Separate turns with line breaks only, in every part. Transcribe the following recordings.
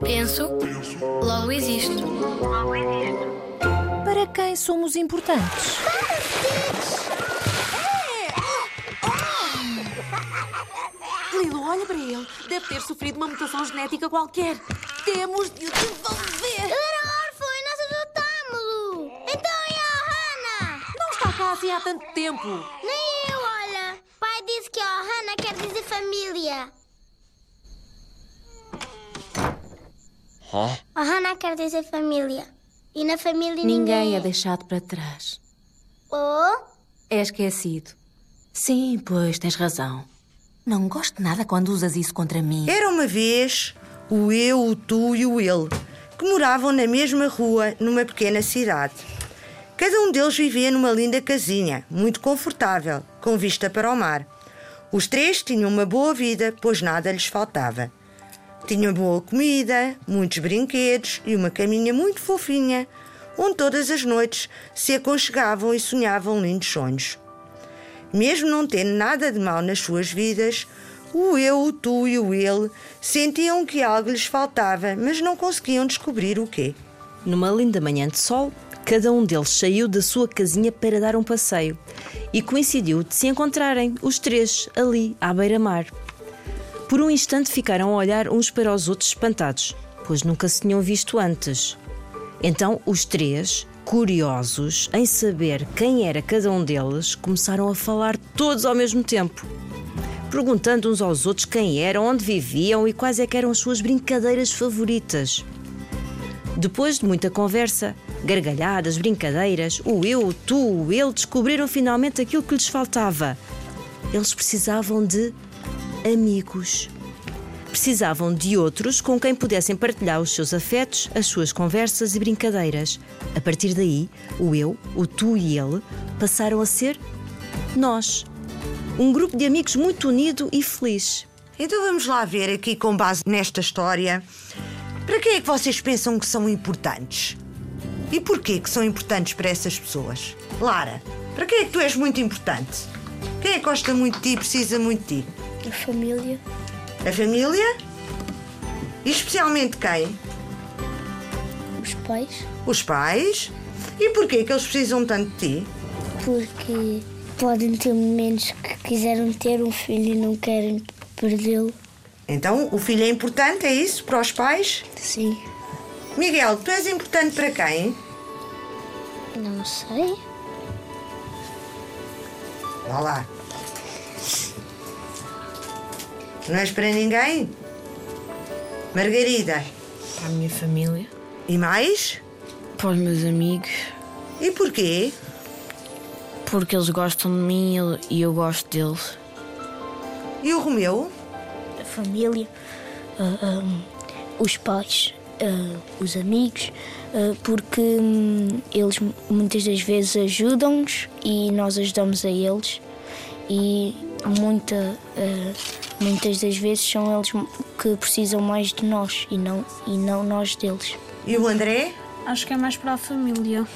Penso, logo existo.
Para quem somos importantes?
Lilo, olha para ele. Deve ter sofrido uma mutação genética qualquer. Temos de o devolver.
era órfão e nós adotámo-lo. Então e a Hannah?
Não está cá assim há tanto tempo.
Nem eu, olha. Pai disse que a Hannah quer dizer família. A Hannah quer dizer família. E na família
Ninguém
ninguém...
é deixado para trás.
Oh,
É esquecido. Sim, pois, tens razão. Não gosto nada quando usas isso contra mim.
Era uma vez o eu, o tu e o ele, que moravam na mesma rua, numa pequena cidade. Cada um deles vivia numa linda casinha, muito confortável, com vista para o mar. Os três tinham uma boa vida, pois nada lhes faltava. Tinham boa comida, muitos brinquedos e uma caminha muito fofinha, onde todas as noites se aconchegavam e sonhavam lindos sonhos. Mesmo não tendo nada de mal nas suas vidas, o eu, o tu e o ele sentiam que algo lhes faltava, mas não conseguiam descobrir o quê.
Numa linda manhã de sol, cada um deles saiu da sua casinha para dar um passeio e coincidiu de se encontrarem, os três, ali, à beira-mar. Por um instante ficaram a olhar uns para os outros espantados, pois nunca se tinham visto antes. Então, os três, curiosos em saber quem era cada um deles, começaram a falar todos ao mesmo tempo, perguntando uns aos outros quem eram, onde viviam e quais é que eram as suas brincadeiras favoritas. Depois de muita conversa, gargalhadas, brincadeiras, o eu, o tu, o ele descobriram finalmente aquilo que lhes faltava. Eles precisavam de amigos. Precisavam de outros com quem pudessem partilhar os seus afetos, as suas conversas e brincadeiras. A partir daí, o eu, o tu e ele passaram a ser nós. Um grupo de amigos muito unido e feliz.
Então vamos lá ver aqui, com base nesta história, para quem é que vocês pensam que são importantes? E porquê que são importantes para essas pessoas? Lara, para quem é que tu és muito importante? Quem é que gosta muito de ti e precisa muito de ti?
a família.
A família? E especialmente quem?
Os pais.
Os pais? E porquê que eles precisam tanto de ti?
Porque podem ter momentos que quiseram ter um filho e não querem perdê-lo.
Então, o filho é importante, é isso? Para os pais?
Sim.
Miguel, tu és importante para quem?
Não sei.
Vá lá. Não és para ninguém? Margarida.
Para a minha família,
E mais?
para os meus amigos,
E porquê?
porque eles gostam de mim e eu- e eu gosto deles.
E o Romeu?
A família, ah, ah, os pais, ah, os amigos, ah, porque hum, eles mu- muitas das vezes ajudam-nos e nós ajudamos a eles. E muita, ah, muitas das vezes são eles que precisam mais de nós e não, e não nós deles.
E o André?
Acho que é mais para a família,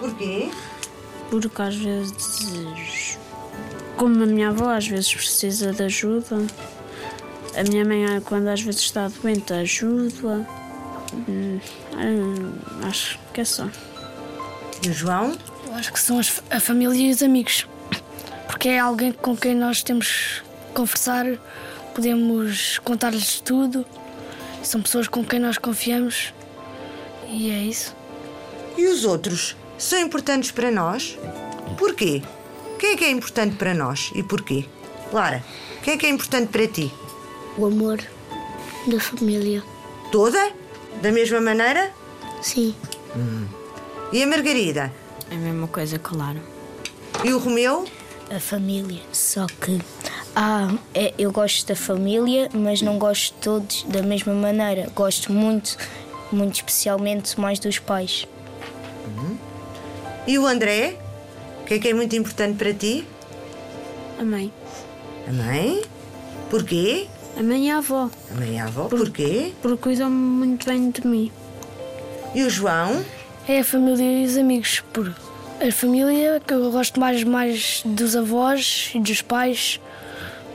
Porquê?
porque às vezes, como a minha avó às vezes precisa de ajuda, a minha mãe ah, quando às vezes está doente ajuda. Hum, hum, acho que é só.
E o João?
Eu acho que são as- a família e os amigos. Porque é alguém com quem nós temos que conversar, podemos contar-lhes tudo. São pessoas com quem nós confiamos. E é isso.
E os outros? São importantes para nós? Porquê? Quem é que é importante para nós e porquê? Lara, quem é que é importante para ti?
O amor da família.
Toda? Da mesma maneira?
Sim.
E a Margarida?
É a mesma coisa, claro.
E o Romeu?
a família. Só que ah, é- eu gosto da família, mas não gosto de todos da mesma maneira. Gosto muito, muito especialmente mais dos pais.
E o André? O que é que é muito importante para ti?
A mãe.
A mãe? Porquê?
A mãe e a avó,
A mãe e a avó? Porquê?
porque cuidam muito bem de mim.
E o João?
É a família e os amigos. Por a família que eu gosto mais, mais dos avós e dos pais,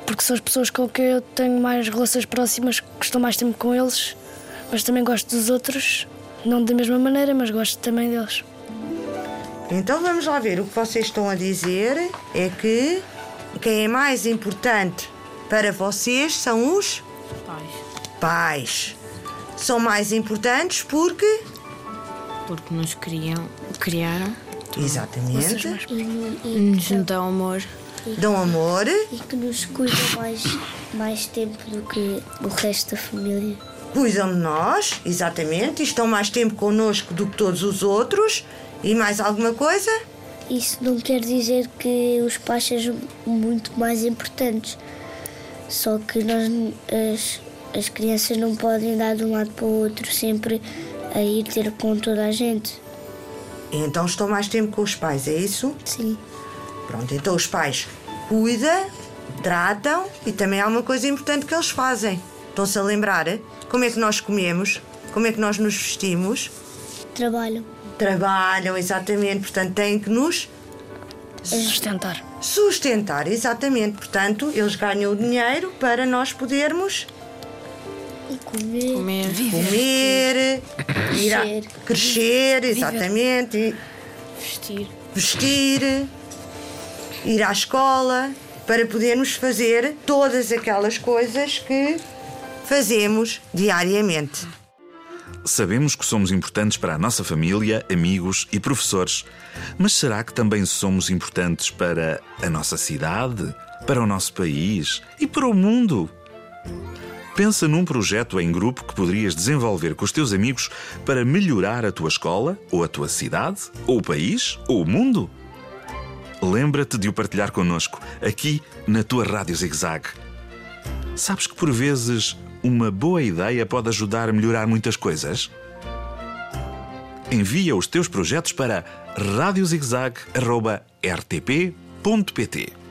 porque são as pessoas com quem eu tenho mais relações próximas, que estou mais tempo com eles, mas também gosto dos outros, não da mesma maneira, mas gosto também deles.
Então vamos lá ver. O que vocês estão a dizer é que quem é mais importante para vocês são os pais. São mais importantes porque.
Porque nos criam, criaram, Então,
Exatamente.
E, e,
nos dão amor.
Dão amor.
e que nos cuida mais, mais tempo do que o resto da família.
cuidam de nós, exatamente, e estão mais tempo connosco do que todos os outros. E mais alguma coisa?
Isso não quer dizer que os pais sejam muito mais importantes. Só que nós, as, as crianças não podem dar de um lado para o outro sempre a ir ter com toda a gente.
Então estão mais tempo com os pais, é isso?
Sim.
Pronto, então os pais cuidam, tratam e também há uma coisa importante que eles fazem. Estão-se a lembrar? Como é que nós comemos? Como é que nós nos vestimos?
Trabalham.
Trabalham, exatamente, portanto têm que nos
Sustentar.
sustentar, exatamente. Portanto, eles ganham o dinheiro para nós podermos
E comer.
Comer.
comer, ir a-
Crescer.
crescer, exatamente, e
Vestir.
vestir, ir à escola, para podermos fazer todas aquelas coisas que fazemos diariamente.
Sabemos que somos importantes para a nossa família, amigos e professores, mas será que também somos importantes para a nossa cidade, para o nosso país e para o mundo? Pensa num projeto em grupo que poderias desenvolver com os teus amigos para melhorar a tua escola, ou a tua cidade, ou o país, ou o mundo. Lembra-te de o partilhar connosco, aqui na tua Rádio ZigZag. Sabes que por vezes uma boa ideia pode ajudar a melhorar muitas coisas? Envia os teus projetos para radiozigzag.rtp.pt